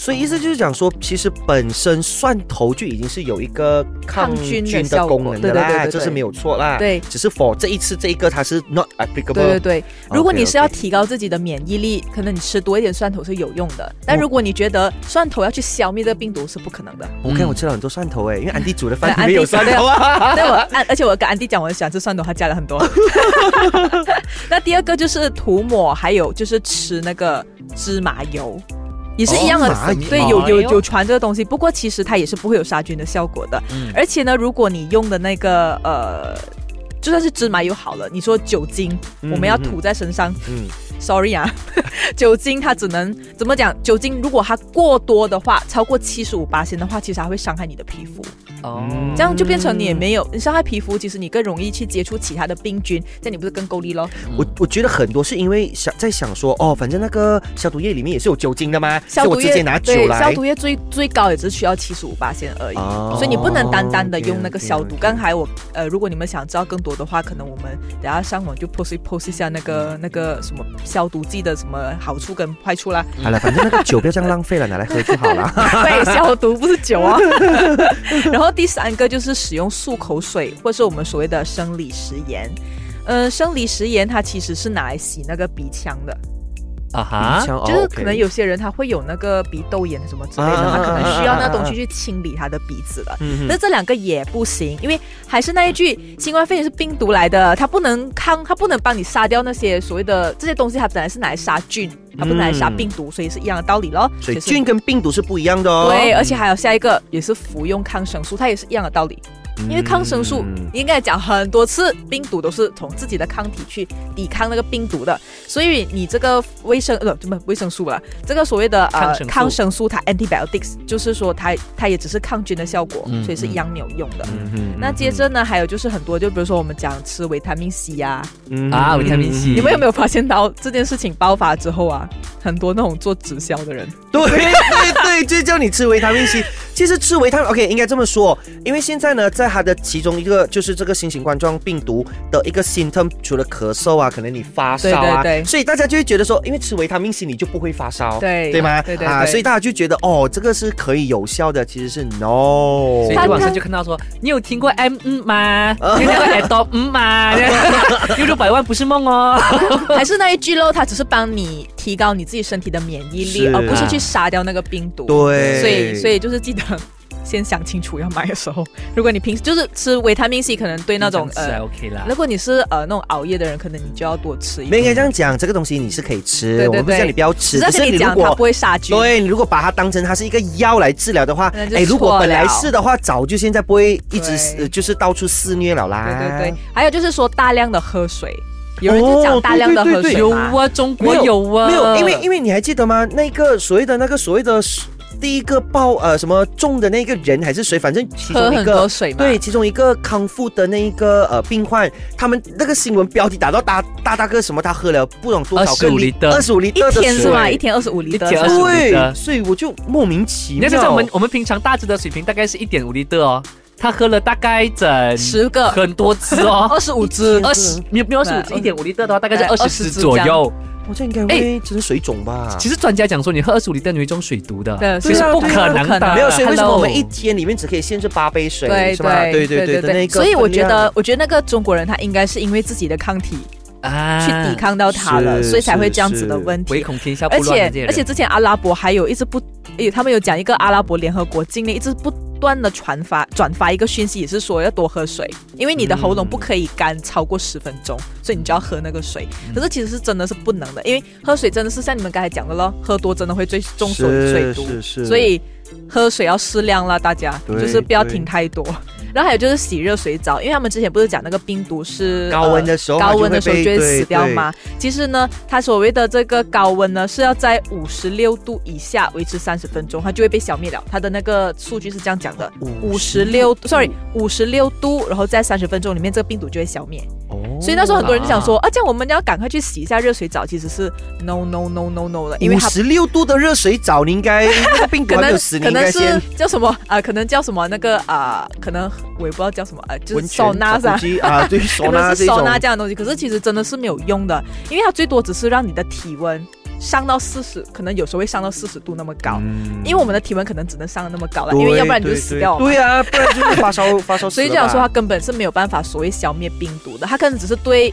Speaker 5: 所以意思就是讲说，其实本身蒜头就已经是有一个抗
Speaker 4: 抗菌的
Speaker 5: 菌
Speaker 4: 效
Speaker 5: 的
Speaker 4: 果
Speaker 5: 功能
Speaker 4: 对
Speaker 5: 的
Speaker 4: 对对
Speaker 5: 啦，
Speaker 4: 对
Speaker 5: 这
Speaker 4: 对
Speaker 5: 是没有错啦。
Speaker 4: 对
Speaker 5: 只是 for 这一次这一个它是 not
Speaker 4: 对对
Speaker 5: applicable。
Speaker 4: 对，如果
Speaker 5: OK，
Speaker 4: 你是要
Speaker 5: OK
Speaker 4: 提高自己的免疫力，可能你吃多一点蒜头是有用的。但如果你觉得蒜头要去消灭这个病毒是不可 能的，
Speaker 5: 我看
Speaker 3: 嗯
Speaker 5: 我吃了很多蒜头哎，因为安迪煮的饭
Speaker 4: 对
Speaker 5: 里面有蒜头啊。
Speaker 4: 对我安，而且我跟安迪讲，我很喜欢吃蒜头，他加了 很多。 那第二个就是涂抹，还有就是吃那个芝麻油。也是一样的
Speaker 5: 哦麻油，
Speaker 4: 对，有有
Speaker 3: 麻油
Speaker 4: 有传这个东西，不过其实它也是不会有杀菌的效果的。
Speaker 3: 嗯
Speaker 4: 而且呢，如果你用的那个呃，就算是芝麻油好了，你说酒精，
Speaker 5: 嗯
Speaker 4: 我们要
Speaker 5: 嗯
Speaker 4: 涂在身上，
Speaker 5: 嗯
Speaker 4: sorry 啊， 酒精它只能怎么讲？酒精如果它过多的话，超过七十五八的话，其实它会伤害你的皮肤，
Speaker 3: 哦
Speaker 5: 嗯
Speaker 4: 这样就变成你也没有你伤害皮肤，其实你更容易去接触其他的病菌，这样你不是更够力咯？
Speaker 5: 我我觉得很多是因为想在想说，哦，反正那个消毒液里面也是有酒精的嘛，所以我直接拿酒
Speaker 4: 对消
Speaker 5: 来。
Speaker 4: 毒液最最高也只需要七十五八而已。
Speaker 5: 哦
Speaker 4: 所以你不能单单的用那个消毒。
Speaker 5: OK，OK，OK
Speaker 4: 刚才我呃，如果你们想知道更多的话，可能我们等下上网就 post 一 post 一下那个那个什么消毒剂的什么好处跟坏处啦。
Speaker 5: 好了，反正那个酒不要这样浪费了，拿来喝就好了。
Speaker 4: 对，消毒不是酒啊。 然后第三个就是使用漱口水，或是我们所谓的生理食盐。呃，生理食盐它其实是拿来洗那个鼻腔的，
Speaker 3: 啊哈，
Speaker 5: 像哦
Speaker 4: 就是
Speaker 5: OK
Speaker 4: 可能有些人他会有那个鼻窦炎什么之类的，
Speaker 5: 啊
Speaker 4: 他可能需要那东
Speaker 5: 啊啊啊
Speaker 4: 西去清理他的鼻子了。
Speaker 5: 嗯
Speaker 4: 那
Speaker 5: 哼
Speaker 4: 这两个也不行，因为还是那一句，新冠肺炎是病毒来的，它不能抗，它不能帮你杀掉那些所谓的这些东西，它本来是拿来杀菌，它不能拿来杀
Speaker 5: 嗯
Speaker 4: 病毒，所以是一样的道理咯。
Speaker 5: 所以
Speaker 4: 就是
Speaker 5: 菌跟病毒是不一样的哦。
Speaker 4: 对，而且还有下一个也是服用抗生素，它也是一样的道理。因为抗生素
Speaker 5: 嗯
Speaker 4: 你应该讲很多次，病毒都是从自己的抗体去抵抗那个病毒的，所以你这个维生呃不维生素了，这个所谓的
Speaker 3: 抗
Speaker 4: 呃
Speaker 3: 生素
Speaker 4: 抗生素它 antibiotics 就是说它它也只是抗菌的效果
Speaker 3: 嗯，
Speaker 4: 所以是一样没有用的。
Speaker 5: 嗯哼
Speaker 4: 那接着呢，还有就是很多，就比如说我们讲吃维他命 C 呀、
Speaker 5: 嗯
Speaker 3: 啊维他命 C
Speaker 4: 你们有没有发现到这件事情爆发之后啊，很多那种做直销的人，
Speaker 5: 对对对，就是叫你吃维他命 C。其实吃维他命 OK 应该这么说，因为现在呢，在它的其中一个就是这个新型冠状病毒的一个 symptom，除了咳嗽啊，可能你发烧啊，
Speaker 4: 对对对
Speaker 5: 所以大家就会觉得说，因为吃维他命 C 你就不会发烧，
Speaker 4: 对
Speaker 5: 哦对吗？
Speaker 4: 对对
Speaker 5: 啊，
Speaker 4: 对
Speaker 5: 所以大家就觉得哦，这个是可以有效的，其实是 no。
Speaker 3: 所以就网上就看到说，你有听过 M 嗯吗？你有听过 Adopt 嗯吗？六六百万不是梦哦。
Speaker 4: 还是那一句喽，它只是帮你提高你自己身体的免疫力，
Speaker 5: 是啊
Speaker 4: 而不是去杀掉那个病毒。
Speaker 5: 对
Speaker 4: 所以所以就是记得先想清楚要买的时候，如果你平时就是吃维他命 C，可能对那种
Speaker 3: 吃
Speaker 5: 啊
Speaker 3: 还
Speaker 4: 呃，
Speaker 3: OK 啦
Speaker 4: 如。果你是呃那种熬夜的人，可能你就要多吃一
Speaker 5: 没
Speaker 4: 点。
Speaker 5: 应该这样讲，这个东西你是可以吃，
Speaker 4: 嗯对对
Speaker 5: 我们不是叫
Speaker 4: 对
Speaker 5: 你不要
Speaker 4: 只
Speaker 5: 吃，
Speaker 4: 是
Speaker 5: 只
Speaker 4: 在
Speaker 5: 是
Speaker 4: 跟
Speaker 5: 你
Speaker 4: 你
Speaker 5: 如
Speaker 4: 讲，它
Speaker 5: 果
Speaker 4: 不会杀菌。
Speaker 5: 对，你如果把它当成它是一个药来治疗的话
Speaker 4: 那，就
Speaker 5: 哎，如
Speaker 4: 错
Speaker 5: 果
Speaker 4: 了
Speaker 5: 本来是的话，早就现在不会一直
Speaker 4: 对
Speaker 5: 呃就是到处肆虐了啦。
Speaker 4: 对对对，还有就是说大量的喝水，有人就
Speaker 5: 哦
Speaker 4: 讲大量的喝
Speaker 5: 对对
Speaker 4: 水
Speaker 5: 对
Speaker 3: 有
Speaker 4: 嘛
Speaker 3: 啊，中国有啊，
Speaker 5: 没有，因
Speaker 4: 呃
Speaker 5: 为因为你还记得吗？那个所谓的那个所谓的第一个爆呃什么中的那个人还是谁，反正其
Speaker 4: 喝
Speaker 5: 中一
Speaker 4: 很多
Speaker 5: 个。
Speaker 4: 水嘛。
Speaker 5: 对，其中一个康复的那一个呃病患，他们那个新闻标题打到大大大哥什么，他喝了不懂多少个
Speaker 3: 25 liter
Speaker 5: 二十五 liter
Speaker 4: 一
Speaker 5: 的
Speaker 4: 天是吗？
Speaker 5: 水
Speaker 4: 一天二十五
Speaker 3: 一
Speaker 4: 厘的。
Speaker 3: 天二十五
Speaker 5: 对
Speaker 3: 厘的，
Speaker 5: 所以我就莫名其
Speaker 3: 你
Speaker 5: 妙。
Speaker 3: 要想想我们我们平常大致的水平大概是一点五厘的哦，他喝了大概整
Speaker 4: 十个
Speaker 3: 很多支哦，
Speaker 4: 二十五支，
Speaker 3: 二十没有没有二十五支，
Speaker 4: 嗯
Speaker 3: 一点五厘的的话大概是
Speaker 4: 对
Speaker 3: 二
Speaker 4: 20
Speaker 3: 十
Speaker 4: 支
Speaker 3: 支左右。
Speaker 5: 我这样应该
Speaker 4: 哎
Speaker 5: 会真是水肿吧？
Speaker 3: 其实专家讲说你喝二十五厘的你会中水毒的，
Speaker 4: 对
Speaker 3: 其实
Speaker 4: 对啊
Speaker 3: 不
Speaker 4: 对啊
Speaker 3: 可
Speaker 4: 不
Speaker 3: 能
Speaker 4: 可
Speaker 3: 的。
Speaker 4: 能
Speaker 5: 没有，所以为什么
Speaker 3: Hello
Speaker 5: 我们一天里面只可以限制八杯水，
Speaker 4: 对
Speaker 5: 是吧？对对对的那个分量，
Speaker 4: 所以我觉得，我觉得那个中国人他应该是因为自己的抗体
Speaker 3: 啊
Speaker 4: 去抵抗到它了，
Speaker 5: 是
Speaker 4: 所以才会
Speaker 5: 是
Speaker 4: 这样子的问
Speaker 3: 唯
Speaker 4: 题。
Speaker 3: 恐天下
Speaker 4: 而
Speaker 3: 不乱的这些
Speaker 4: 且
Speaker 3: 人
Speaker 4: 而且之前阿拉伯还有一直不，诶，他们有讲一个阿拉伯联合国境内一直不断的传发转发一个讯息，也是说要多喝水，因为你的喉咙不可以干超过十分钟，所以你就要喝那个水。
Speaker 5: 嗯
Speaker 4: 可是其实是真的是不能的，因为喝水真的是像你们刚才讲的咯，喝多真的会最中水水毒。
Speaker 5: 是是，
Speaker 4: 所以喝水要适量啦，大家
Speaker 5: 对
Speaker 4: 就是不要停太多。然后还有就是洗热水澡，因为他们之前不是讲那个病毒是
Speaker 5: 高温的时候
Speaker 4: 呃
Speaker 5: 它
Speaker 4: 高
Speaker 5: 就会被
Speaker 4: 温的时候就会死掉吗？其实呢，它所谓的这个高温呢，是要在五十六度以下维持三十分钟，它就会被消灭了。它的那个数据是这样讲的：五十六，sorry，五十六度，然后在三十分钟里面，这个病毒就会消灭。
Speaker 5: 哦
Speaker 4: 所以那时候很多人就想说，啊，这样我们要赶快去洗一下热水澡，其实是 no no no no no 的，因为
Speaker 5: 五
Speaker 4: 它
Speaker 5: 十六度的热水澡，你应 该那个病毒
Speaker 4: 可
Speaker 5: 还没
Speaker 4: 能
Speaker 5: 有死，你
Speaker 4: 可
Speaker 5: 应
Speaker 4: 能
Speaker 5: 该
Speaker 4: 是
Speaker 5: 先
Speaker 4: 叫什么啊、可能叫什么那个啊、可能我也不知道叫什么啊、就是
Speaker 5: 温泉
Speaker 4: 手拿
Speaker 5: 啊
Speaker 4: 啥，
Speaker 5: 估计啊，对，手
Speaker 4: 可
Speaker 5: 拿
Speaker 4: 能
Speaker 5: 这
Speaker 4: 是
Speaker 5: 种
Speaker 4: 手拿这样的东西。可是其实真的是没有用的，因为它最多只是让你的体温上到四十，可能有时候会上到四十度那么高，因为我们的体温可能只能上到那么高了，因为
Speaker 5: 嗯对
Speaker 4: 要不然你就
Speaker 5: 对
Speaker 4: 死
Speaker 5: 对
Speaker 4: 掉了嘛。
Speaker 5: 对啊，不然就是发烧 发烧死
Speaker 4: 所
Speaker 5: 了吧。
Speaker 4: 以这样说，它根本是没有办法所谓消灭病毒的，它可能只是对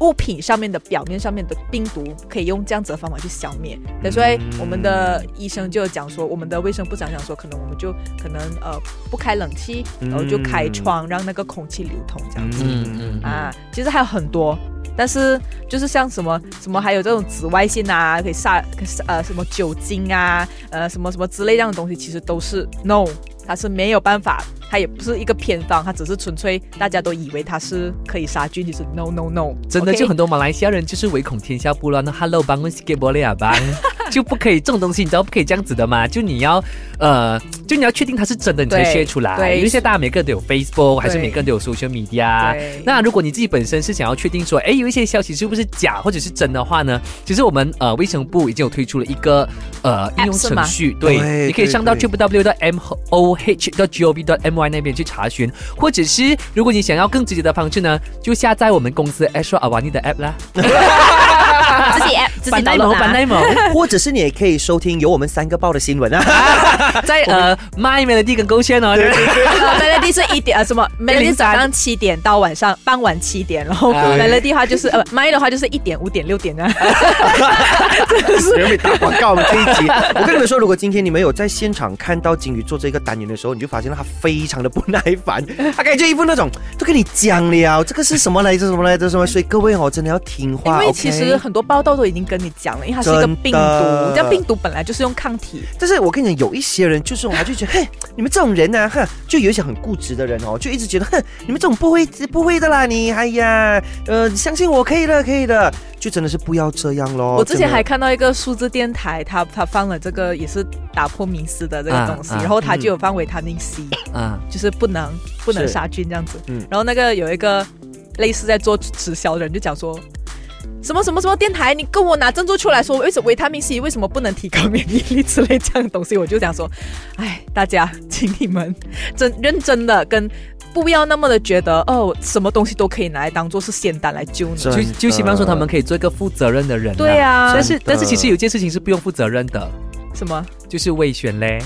Speaker 4: 物品上面的表面上面的病毒可以用这样子的方法去消灭。对，所以
Speaker 5: 嗯
Speaker 4: 我们的医生就有讲说，我们的卫生部长讲说，可能我们就可能呃不开冷气，
Speaker 5: 嗯
Speaker 4: 然后就开窗，让那个空气流通这样子、
Speaker 3: 嗯嗯
Speaker 4: 啊。其实还有很多。但是就是像什么什么，还有这种紫外线啊，可以杀，可以杀呃什么酒精啊，呃什么什么之类这样的东西，其实都是 no，它是没有办法，它也不是一个偏方，它只是纯粹大家都以为它是可以杀菌，其实 no no no，
Speaker 3: 真的
Speaker 4: OK？
Speaker 3: 就很多马来西亚人就是唯恐天下不乱。那 Hello 帮跟 Skateboard 啊帮， 就不可以这种东西，你知道不可以这样子的嘛？就你要呃，就你要确定它是真的，你才
Speaker 4: 对
Speaker 3: share 出来。
Speaker 4: 对
Speaker 3: 因为现在大家每个人都有 Facebook，还是每个人都有 social media
Speaker 4: 对。
Speaker 3: 那如果你自己本身是想要确定说，哎，有一些消息是不是假或者是真的话呢？其实我们呃卫生部已经有推出了一个呃
Speaker 4: App
Speaker 3: 应用
Speaker 4: 是
Speaker 3: 程
Speaker 4: 吗
Speaker 3: 序，对，
Speaker 5: 对
Speaker 3: 你可以上到
Speaker 5: 对对
Speaker 3: www. m o h. dot g o v. dot m y 那边去查询，或者是如果你想要更直接的方式呢，就下载我们公司 Astro Awani 的 app 啦。
Speaker 1: 自己 app 自己
Speaker 3: Pandai
Speaker 1: 导
Speaker 3: Mall，
Speaker 1: 入拿
Speaker 3: Pandai Mall
Speaker 5: 或者是你也可以收听由我们三个报的新闻啊，
Speaker 3: 在呃 My Melody 跟 Go 圈哦，
Speaker 4: 呃 Melody 是一点呃什么 Melody
Speaker 3: 103
Speaker 4: 早上七点到晚上傍晚七点，然后
Speaker 3: 哎
Speaker 4: Melody 的话就是呃 My 的话就是一点五点六点啊，
Speaker 5: 原本打广告了这一集。我跟你们说，如果今天你们有在现场看到金鱼做这个单元的时候，你就发现到他非常的不耐 烦，他感觉一副那种都跟你讲了，这个是什么来着，什么来着，什么，所以各位哦，真的要听
Speaker 4: 因
Speaker 5: 话。
Speaker 4: 为
Speaker 5: OK
Speaker 4: 其实很多报道都已经跟你讲了，因为它是一个
Speaker 5: 真的
Speaker 4: 病毒，但病毒本来就是用抗体，
Speaker 5: 但是我跟你讲，有一些人就是，我还就觉得，哼，你们这种人呢、啊，哼，就有一些很固执的人哦，就一直觉得，哼，你们这种不会不会的啦，你，哎呀，呃，相信我可以的，可以的，就真的是不要这样咯。
Speaker 4: 我之前
Speaker 5: 真的
Speaker 4: 还看到一个数字电台，它它放了这个也是打破迷思的这个东西，
Speaker 3: 啊啊
Speaker 4: 然后它
Speaker 5: 嗯
Speaker 4: 就有放维他命 C，、
Speaker 3: 啊，
Speaker 4: 就是不能不能
Speaker 5: 是
Speaker 4: 杀菌这样子。
Speaker 5: 嗯
Speaker 4: 然后那个有一个类似在做直销的人就讲说。什么什么什么电台，你跟我拿珍珠出来说，为什么维他命 C 为什么不能提高免疫力之类这样的东西，我就想说，哎，大家， 请你们真认真的跟。不要那么的觉得哦，什么东西都可以拿来当做是仙丹来救你。
Speaker 5: 真的
Speaker 3: 就就希望说他们可以做一个负责任的人、
Speaker 4: 对、呀、
Speaker 3: 但
Speaker 4: 啊，
Speaker 3: 是
Speaker 5: 真的
Speaker 3: 但是其实有件事情是不用负责任的，
Speaker 4: 什么？
Speaker 3: 就是魏选嘞。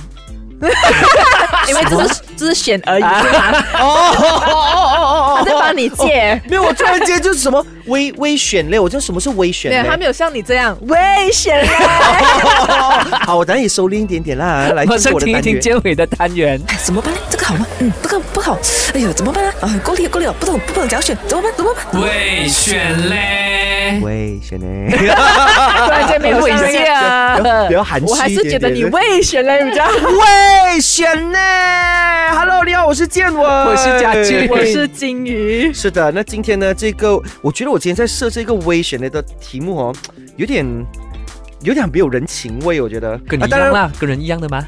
Speaker 4: 因为这是这是选而已，
Speaker 5: 啊
Speaker 4: 对 吧？
Speaker 5: 哦
Speaker 4: 他在帮你借，
Speaker 5: 没有，我突然间就是什 么微微选类，我知道什么是微选
Speaker 4: 没有，他
Speaker 5: 类。
Speaker 4: 没有像你这样危险啊！
Speaker 5: 好，我等下也收敛一点点 啦，来
Speaker 3: 马
Speaker 5: 进哎
Speaker 3: 上
Speaker 5: 入我的
Speaker 3: 听一
Speaker 5: 单
Speaker 3: 听
Speaker 5: 元。
Speaker 3: 建伟的单元。
Speaker 6: 哎，怎么办呢？这个好吗？嗯，这个不好。哎呦，怎么办啊？啊，够力了，够力了，不懂，不懂，怎样选？怎么办？怎么办？
Speaker 3: 魏选嘞，
Speaker 5: 微选类，
Speaker 4: 突然间没有像你这样，
Speaker 5: 比较含蓄一点点
Speaker 4: 我还是觉得你危险嘞，比较好。
Speaker 5: 微选类。Hello，你好，我是建文，我
Speaker 3: 是家具
Speaker 4: 我是金鱼，
Speaker 5: 是的，那今天呢，这个我觉得我今天在设这个微选类的题目哦，有点。有点没有人情味，我觉得
Speaker 3: 跟你
Speaker 5: 啊
Speaker 3: 一
Speaker 5: 当然
Speaker 3: 样啦，跟人一样的吗？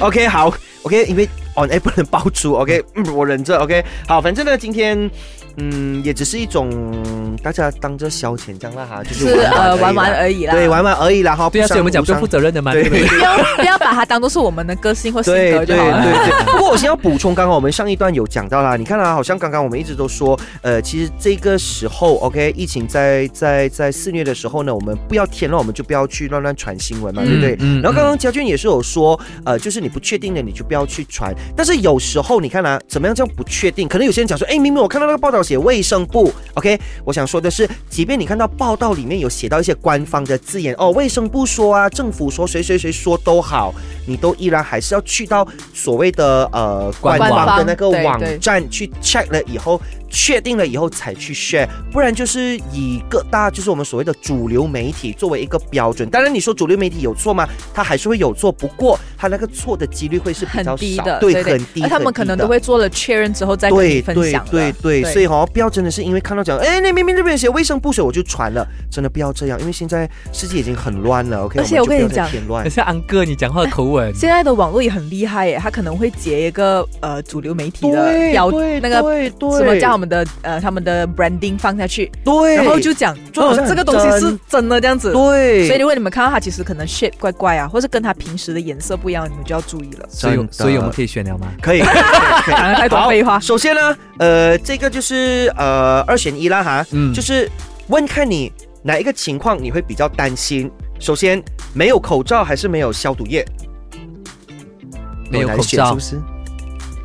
Speaker 5: OK，好，OK，因为 on air 不能爆出，OK，、嗯、我忍着，OK，好，反正呢，今天，嗯，也只是一种大家当着消遣这样啦哈，就是
Speaker 4: 是呃玩玩
Speaker 5: 已
Speaker 4: 而已
Speaker 5: 啦
Speaker 4: 啦。
Speaker 5: 对，玩玩而已啦哈。
Speaker 3: 对啊，
Speaker 5: 不伤
Speaker 3: 所以我们讲
Speaker 5: 无
Speaker 3: 不
Speaker 5: 伤
Speaker 3: 负责任的嘛，
Speaker 5: 对
Speaker 3: 对不对？
Speaker 4: 不要不要把它当做是我们的个性或性
Speaker 5: 对
Speaker 4: 格
Speaker 5: 对对
Speaker 4: 就好了。
Speaker 5: 对。 不过我先要补充，刚刚我们上一段有讲到啦，你看啊啦、好像刚刚我们一直都说，呃，其实这个时候，OK，疫情在在在肆虐的时候呢，我们不要添乱，我们就不要去乱乱传新闻嘛，对不对？
Speaker 3: 嗯嗯
Speaker 5: 然后刚刚家俊也是有说，呃，就是你不确定的你就不要去传，但是有时候你看啦、怎么样叫不确定？可能有些人讲说，哎，明明我看到那个报道写卫生部，OK，我想说的是，即便你看到报道里面有写到一些官方的字眼，哦，卫生部说啊，政府说，谁谁谁说都好，你都依然还是要去到所谓的呃
Speaker 3: 官
Speaker 5: 官
Speaker 3: 网
Speaker 5: 方的那个
Speaker 4: 对
Speaker 5: 网
Speaker 4: 对
Speaker 5: 站去 check 了以后，确定了以后才去 share，不然就是以各大就是我们所谓的主流媒体作为一个标准。当然，你说主流媒体有错吗？它还是会有错，不过它那个错的几率会是比
Speaker 4: 很
Speaker 5: 较
Speaker 4: 低
Speaker 5: 少，
Speaker 4: 的，
Speaker 5: 对，很低。
Speaker 4: 而他们
Speaker 5: 很低
Speaker 4: 可能
Speaker 5: 的
Speaker 4: 都会做了确认之后再跟
Speaker 5: 对
Speaker 4: 你分
Speaker 5: 对
Speaker 4: 享的
Speaker 5: 对对，
Speaker 4: 对
Speaker 5: 所以哈、不要真的是因为看到讲，哎，那明明这边写卫生部水，我就传了，真的不要这样，因为现在世界已经很乱了，OK，
Speaker 4: 而且我跟你讲
Speaker 5: 添乱
Speaker 3: 可，是安哥，你讲话的 口吻，
Speaker 4: 现在的网络也很厉害耶，它可能会截一个呃主流媒体的标
Speaker 5: 对
Speaker 4: 那个
Speaker 5: 对对，
Speaker 4: 什么叫他们的呃他们的 branding 放下去，
Speaker 5: 对，
Speaker 4: 然后就讲
Speaker 5: 做得
Speaker 4: 哦
Speaker 5: 好像很
Speaker 4: 这个东西是真的这样子。
Speaker 5: 对，
Speaker 4: 所以如果你们看到它其实可能 shape 怪怪啊，或是跟它平时的颜色不一样，你们就要注意了。
Speaker 3: 所以
Speaker 5: 真的
Speaker 3: 所以我们可以选了吗？
Speaker 5: 可以。可以
Speaker 4: 讲了太多废话，
Speaker 5: 首先呢，呃，这个就是呃二选一啦哈，
Speaker 3: 嗯
Speaker 5: 就是问看你哪一个情况你会比较担心。首先，没有口罩还是没有消毒液？
Speaker 3: 没有
Speaker 5: 很难
Speaker 3: 口
Speaker 5: 选是
Speaker 3: 罩
Speaker 5: 不，是？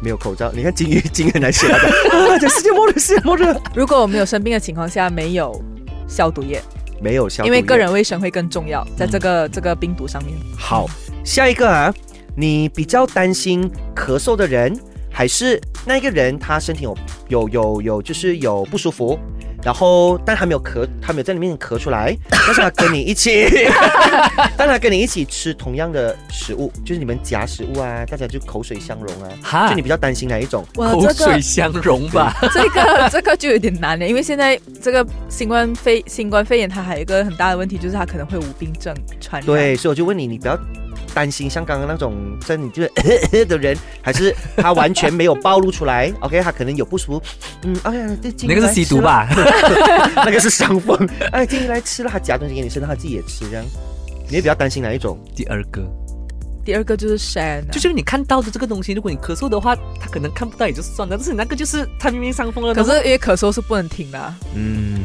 Speaker 5: 没有口罩，你看金鱼金鱼很难选 啊！ 啊这世界末日，世界末日，
Speaker 4: 如果我没有生病的情况下没有消毒液，
Speaker 5: 没有消毒
Speaker 4: 因
Speaker 5: 液，嗯
Speaker 4: 为个人卫生会更重要，在这个、这个病毒上面。
Speaker 5: 好，下一个啊，你比较担心咳嗽的人，还是那一个人他身体有有有有就是有不舒服，然后但他没有咳，他没有在你面前咳出来，但是他跟你一起， 但他跟你一起吃同样的食物，就是你们夹食物啊，大家就口水相融啊，
Speaker 3: 哈
Speaker 5: 就你比较哦担心哪一种？
Speaker 4: 哇，
Speaker 3: 口
Speaker 4: 这个
Speaker 3: 水相融吧？
Speaker 4: 这个 这个就有点难了，因为现在这个新冠肺新冠肺炎，它还有一个很大的问题，就是它可能会无病症传染。
Speaker 5: 对，，所以我就问你，你不要担心像刚刚那种在你就是 的人，还是他完全没有暴露出来 ？OK，他可能有不舒服，嗯，哎呀，这进
Speaker 3: 那个是
Speaker 5: 来
Speaker 3: 吸
Speaker 5: 吃
Speaker 3: 毒
Speaker 5: 了？
Speaker 3: 吧？
Speaker 5: 那个是伤风。 哎，进来吃了，他夹东西给你吃，让他自己也吃，这样你会比较担心哪一种？
Speaker 3: 第二个
Speaker 4: 第二个就是 Shan，、啊、
Speaker 3: 就是你看到的这个东西，如果你咳嗽的话，他可能看不到也就算了，但是你那个就是他明明伤风了，
Speaker 4: 可
Speaker 3: 然后
Speaker 4: 是因为咳嗽是不能停的、啊，
Speaker 5: 嗯，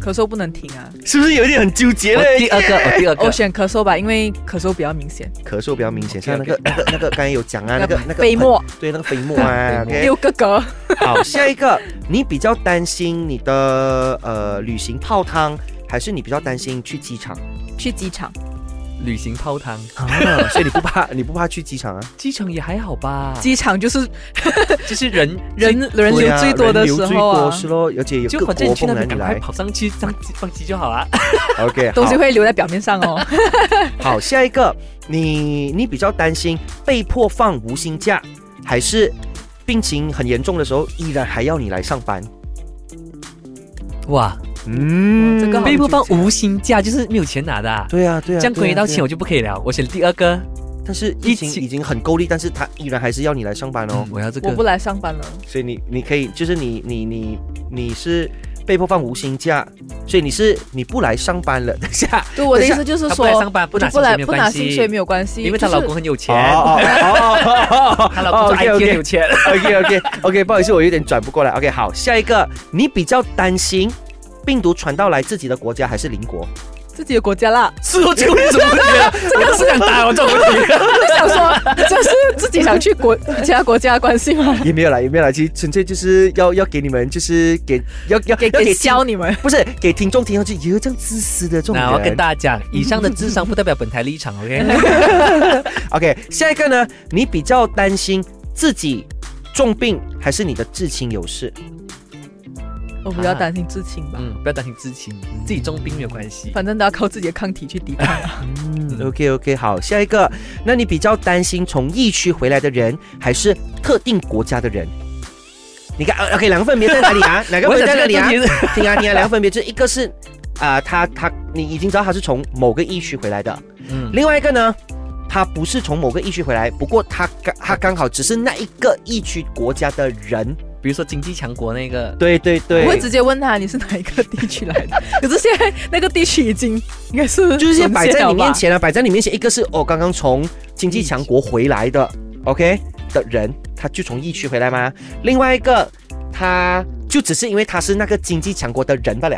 Speaker 4: 咳嗽不能停啊。
Speaker 5: 是不是有一点很纠结
Speaker 3: 我
Speaker 5: 嘞？
Speaker 3: 第二个哦我第二
Speaker 4: 我
Speaker 3: 个
Speaker 4: 选咳嗽吧，因为咳嗽比较明显，
Speaker 5: 咳嗽比较明显，像那
Speaker 3: OK，OK
Speaker 5: 个那个那个刚才有讲啊，那个那个
Speaker 4: 飞沫，
Speaker 5: 喷， 对，那个飞沫啊。
Speaker 3: 飞
Speaker 5: OK，
Speaker 4: 六个嗝，
Speaker 5: 好，下一个，你比较担心你的呃旅行泡汤，还是你比较担心去机场？
Speaker 4: 去机场。
Speaker 3: 旅行泡汤，
Speaker 5: 啊，所以你不怕，你不怕去机场啊？
Speaker 3: 机场也还好吧？
Speaker 4: 机场就是
Speaker 3: 就是人
Speaker 4: 人人
Speaker 5: 对
Speaker 4: 流
Speaker 5: 啊
Speaker 4: 最多的
Speaker 5: 人流
Speaker 4: 时
Speaker 5: 最
Speaker 4: 候
Speaker 5: 多
Speaker 4: 啊，
Speaker 5: 是咯，而且有
Speaker 3: 就
Speaker 5: 各
Speaker 3: 反正
Speaker 5: 国
Speaker 3: 你去
Speaker 5: 风
Speaker 3: 那
Speaker 5: 男
Speaker 3: 边
Speaker 5: 女
Speaker 3: 赶快
Speaker 5: 来。
Speaker 3: 跑上去，上机放机就好啊。
Speaker 5: OK，
Speaker 4: 东
Speaker 5: 好
Speaker 4: 西会留在表面上哦。
Speaker 5: 好，下一个，你你比较担心被迫放无薪假，还是病情很严重的时候依然还要你来上班？
Speaker 3: 哇，
Speaker 5: 嗯
Speaker 4: 哇这个好
Speaker 3: 被迫放无薪假就是没有钱拿的啊、
Speaker 5: 对啊，对啊，
Speaker 3: 这样关
Speaker 5: 对
Speaker 3: 于
Speaker 5: 啊
Speaker 3: 到钱，
Speaker 5: 对啊哦
Speaker 3: 我就不可以了。我选第二个，
Speaker 5: 但是疫情
Speaker 3: 疫情
Speaker 5: 已经很够力，但是他依然还是要你来上班哦
Speaker 3: 嗯，。我要这
Speaker 4: 我
Speaker 3: 个
Speaker 4: 不。来上班了，
Speaker 5: 所以你你可以，就是你你你你是被迫放无薪假，所以你是你不来上班了，等下
Speaker 4: 对，我的意思就是
Speaker 3: 她不
Speaker 4: 说，
Speaker 3: 来上班不拿
Speaker 4: 就不来
Speaker 3: 薪水没有
Speaker 4: 不
Speaker 3: 关
Speaker 4: 拿
Speaker 3: 系
Speaker 4: 薪水没有关系，
Speaker 3: 因为她
Speaker 4: 就是
Speaker 3: 老公很有钱，
Speaker 5: 哦哦
Speaker 3: 她老公做 IT 很有钱。
Speaker 5: OK OK OK，不好意思，我有点转不过来。OK，好，下一个，你比较担心病毒传到来自己的国家还是邻国？
Speaker 4: 自己的国家啦，
Speaker 3: 是我就为什么会觉得我都不想打我这种问题。
Speaker 4: 我就想说，就是自己想去国 其他国家的关系吗？
Speaker 5: 也没有啦，也没有啦，其实纯粹就是要要给你们，就是给啊要要
Speaker 4: 给
Speaker 5: 要
Speaker 4: 给
Speaker 5: 听
Speaker 4: 教你们，
Speaker 5: 不是给听众听上去，也有这样自私的这种
Speaker 3: 那我跟
Speaker 5: 人。
Speaker 3: 大家讲，以上的智商不代表本台立场，OK？
Speaker 4: 嗯
Speaker 5: OK，下一个呢？你比较担心自己重病还是你的至亲有事？
Speaker 4: 我比较担心知情吧，
Speaker 3: 嗯，不要担心知情，自己中兵没有关系。
Speaker 4: 反正都要靠自己的抗体去抵抗。
Speaker 5: 嗯，OK OK，好，下一个，那你比较担心从疫区回来的人，还是特定国家的人？你看呃，OK，两个分别在哪里啊？哪个分别在哪里啊？听啊听啊，两个分别，就是一个是啊、他他你已经知道他是从某个疫区回来的，
Speaker 3: 嗯，
Speaker 5: 另外一个呢，他不是从某个疫区回来，不过他刚他刚好只是那一个疫区国家的人。
Speaker 3: 比如说经济强国那个，
Speaker 5: 对对对，
Speaker 4: 我会直接问他你是哪一个地区来的，可是现在那个地区已经应 该是
Speaker 5: 就是先摆在你面
Speaker 4: 沦陷
Speaker 5: 前啊，摆在你面前，一个是哦，刚刚从经济强国回来的，OK 的人，他就从疫区回来吗？另外一个，他就只是因为他是那个经济强国的人罢了，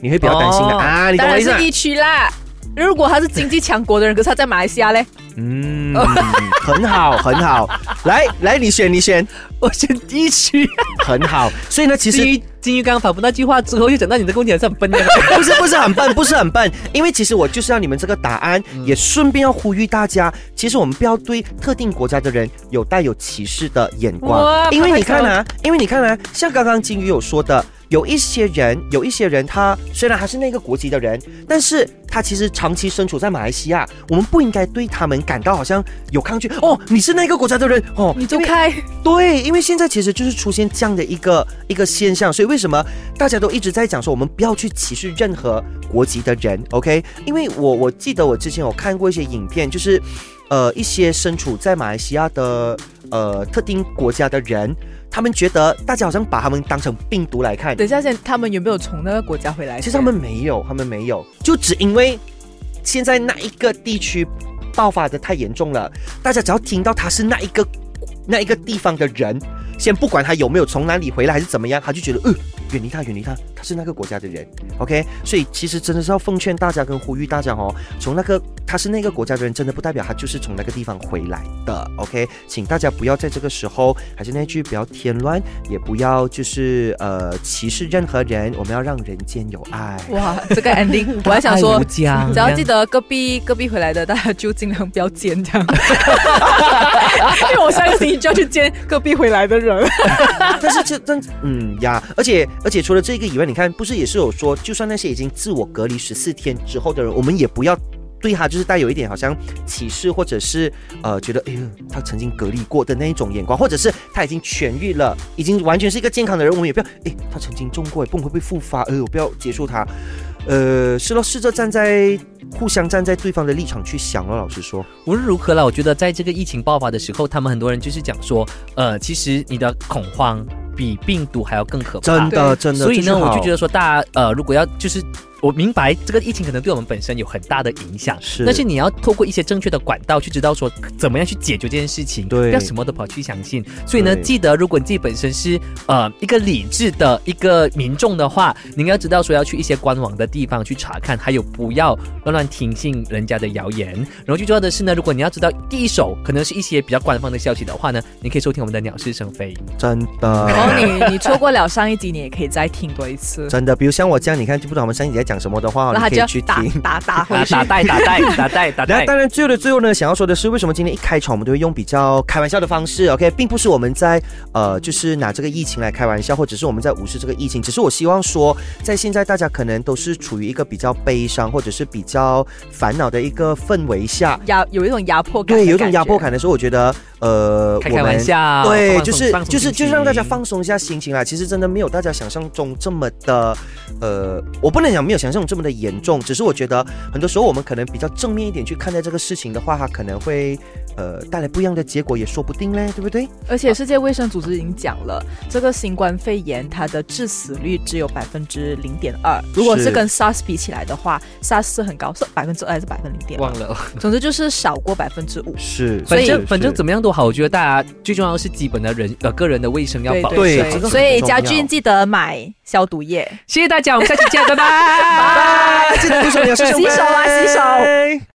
Speaker 5: 你会比较担心的、
Speaker 3: 哦
Speaker 5: 啊，
Speaker 4: 了吧，
Speaker 5: 你懂
Speaker 4: 当
Speaker 5: 我
Speaker 4: 然
Speaker 5: 意思吗
Speaker 4: 是？疫区啦。如果他是经济强国的人，可是他在马来西亚嘞，
Speaker 5: 嗯，很好，很好，来来，你选，你选，
Speaker 3: 我选地区。
Speaker 5: 很好。所以呢，其
Speaker 3: 金
Speaker 5: 实
Speaker 3: 鱼金鱼刚刚反驳那句话之后，又讲到你的观点是很 笨的。
Speaker 5: 不是不是很笨，不是很笨，因为其实我就是要你们这个答案，也顺便要呼吁大家，其实我们不要对特定国家的人有带有歧视的眼光
Speaker 4: 哇，
Speaker 5: 因为你看啊，因为你看啊，像刚刚金鱼有说的。有一些人，有一些人，他虽然他是那个国籍的人，但是他其实长期身处在马来西亚，我们不应该对他们感到好像有抗拒。哦，你是那个国家的人，哦，
Speaker 4: 你就
Speaker 5: 因为
Speaker 4: 开
Speaker 5: 对，因为现在其实就是出现这样的一个一个现象，所以为什么大家都一直在讲说我们不要去歧视任何国籍的人，OK？因为我我记得我之前有看过一些影片，就是呃一些身处在马来西亚的呃特定国家的人，他们觉得大家好像把他们当成病毒来看，
Speaker 4: 等一下先，他们有没有从那个国家回来？
Speaker 5: 其实他们没有，他们没有，就只因为现在那一个地区爆发的太严重了，大家只要听到他是那一个那一个地方的人，先不管他有没有从哪里回来还是怎么样，他就觉得呃。远离他，远离他，他是那个国家的人，OK。所以其实真的是要奉劝大家跟呼吁大家哦，从那个他是那个国家的人，真的不代表他就是从那个地方回来的，OK。请大家不要在这个时候，还是那句不要添乱，也不要就是呃歧视任何人，我们要让人间有爱。
Speaker 4: 哇，这个 ending，我还想说
Speaker 3: 无，
Speaker 5: 嗯
Speaker 3: 疆
Speaker 4: 只要记得隔壁隔壁回来的，大家就尽量不要见这样， 因为我下个星期就要去见隔壁回来的人。
Speaker 5: 但是这但嗯呀，而且而且除了这个以外，你看不是也是有说，就算那些已经自我隔离十四天之后的人，我们也不要。对他就是带有一点好像歧视，或者是呃觉得哎呦他曾经隔离过的那一种眼光，或者是呃他已经痊愈了，已经完全是一个健康的人，我们也不要哎他曾经中过，不会不会复发，哎呦不要结束他，呃是咯，试着站在互相站在对方的立场去想咯，老实说，
Speaker 3: 无论如何啦，我觉得在这个疫情爆发的时候，他们很多人就是讲说，呃，其实你的恐慌比病毒还要更可怕。
Speaker 5: 真的
Speaker 4: 对
Speaker 5: 真的，
Speaker 3: 所以呢，我就觉
Speaker 5: 得
Speaker 3: 得说，大家呃，如果要就是我明白这个疫情可能对我们本身有很大的影响，
Speaker 5: 是
Speaker 3: 但是你要透过一些正确的管道去知道说怎么样去解决这件事情，
Speaker 5: 对
Speaker 3: 不要什么都跑去相信。所以呢，
Speaker 5: 对
Speaker 3: 记得如果你自己本身是呃一个理智的一个民众的话，你应该知道说要去一些官网的地方去查看，还有不要乱乱听信人家的谣言。然后最重要的是呢，如果你要知道第一手可能是一些比较官方的消息的话呢，你可以收听我们的鸟是生非。
Speaker 5: 真的，
Speaker 3: 哦
Speaker 4: 然后你你错过了上一集，你也可以再听多一次，
Speaker 5: 真的，比如像我这样，你看就不懂我们上一集在讲什么的话，哦
Speaker 4: 然
Speaker 5: 你
Speaker 4: 后他
Speaker 5: 可以
Speaker 4: 就
Speaker 5: 去
Speaker 4: 要 打
Speaker 5: 听。
Speaker 4: 打打
Speaker 3: 打
Speaker 4: 回
Speaker 3: 哎
Speaker 4: 去。
Speaker 3: 打带打带打带 打
Speaker 5: 然后，
Speaker 3: 带。
Speaker 5: 当然，最后的最后呢，想要说的是，为什么今天一开场我们都会用比较开玩笑的方式？OK，并不是我们在呃，就是拿这个疫情来开玩笑，或者是我们在无视这个疫情。只是我希望说，在现在大家可能都是处于一个比较悲伤或者是比较烦恼的一个氛围下，
Speaker 4: 压有一种压迫感，
Speaker 5: 对，有一种压迫。感的时候，我觉得呃，
Speaker 3: 开
Speaker 5: 我
Speaker 3: 开
Speaker 5: 们
Speaker 3: 玩笑，
Speaker 5: 对，
Speaker 3: 啊放松
Speaker 5: 就是
Speaker 3: 放松
Speaker 5: 就是
Speaker 3: 心情
Speaker 5: 就是让大家放松一下心情啦。其实真的没有大家想象中这么的，呃，我不能讲没有想象中这么的严重，只是我觉得很多时候我们可能比较正面一点去看待这个事情的话，它可能会呃带来不一样的结果也说不定嘞，对不对？
Speaker 4: 而且世界卫生组织已经讲了，这个新冠肺炎它的致死率只有百分之零点二，如果
Speaker 5: 是
Speaker 4: 是跟 SARS 比起来的话，SARS 是很高，是百分之二还是百分零点？
Speaker 3: 忘 了，
Speaker 4: 总之就是少过百分之五。
Speaker 5: 是，
Speaker 3: 反
Speaker 5: 是
Speaker 3: 正反正怎
Speaker 5: 么
Speaker 3: 么样都好，我觉得大家最重要的是基本的人呃个人的卫生要保。
Speaker 5: 对这个很
Speaker 4: 所以
Speaker 5: 重
Speaker 4: 家
Speaker 5: 要
Speaker 4: 俊记得买消毒液。
Speaker 3: 谢谢大家，我们下期见，拜拜。
Speaker 5: 记得不说你要洗
Speaker 4: 洗手啊洗手
Speaker 5: 手。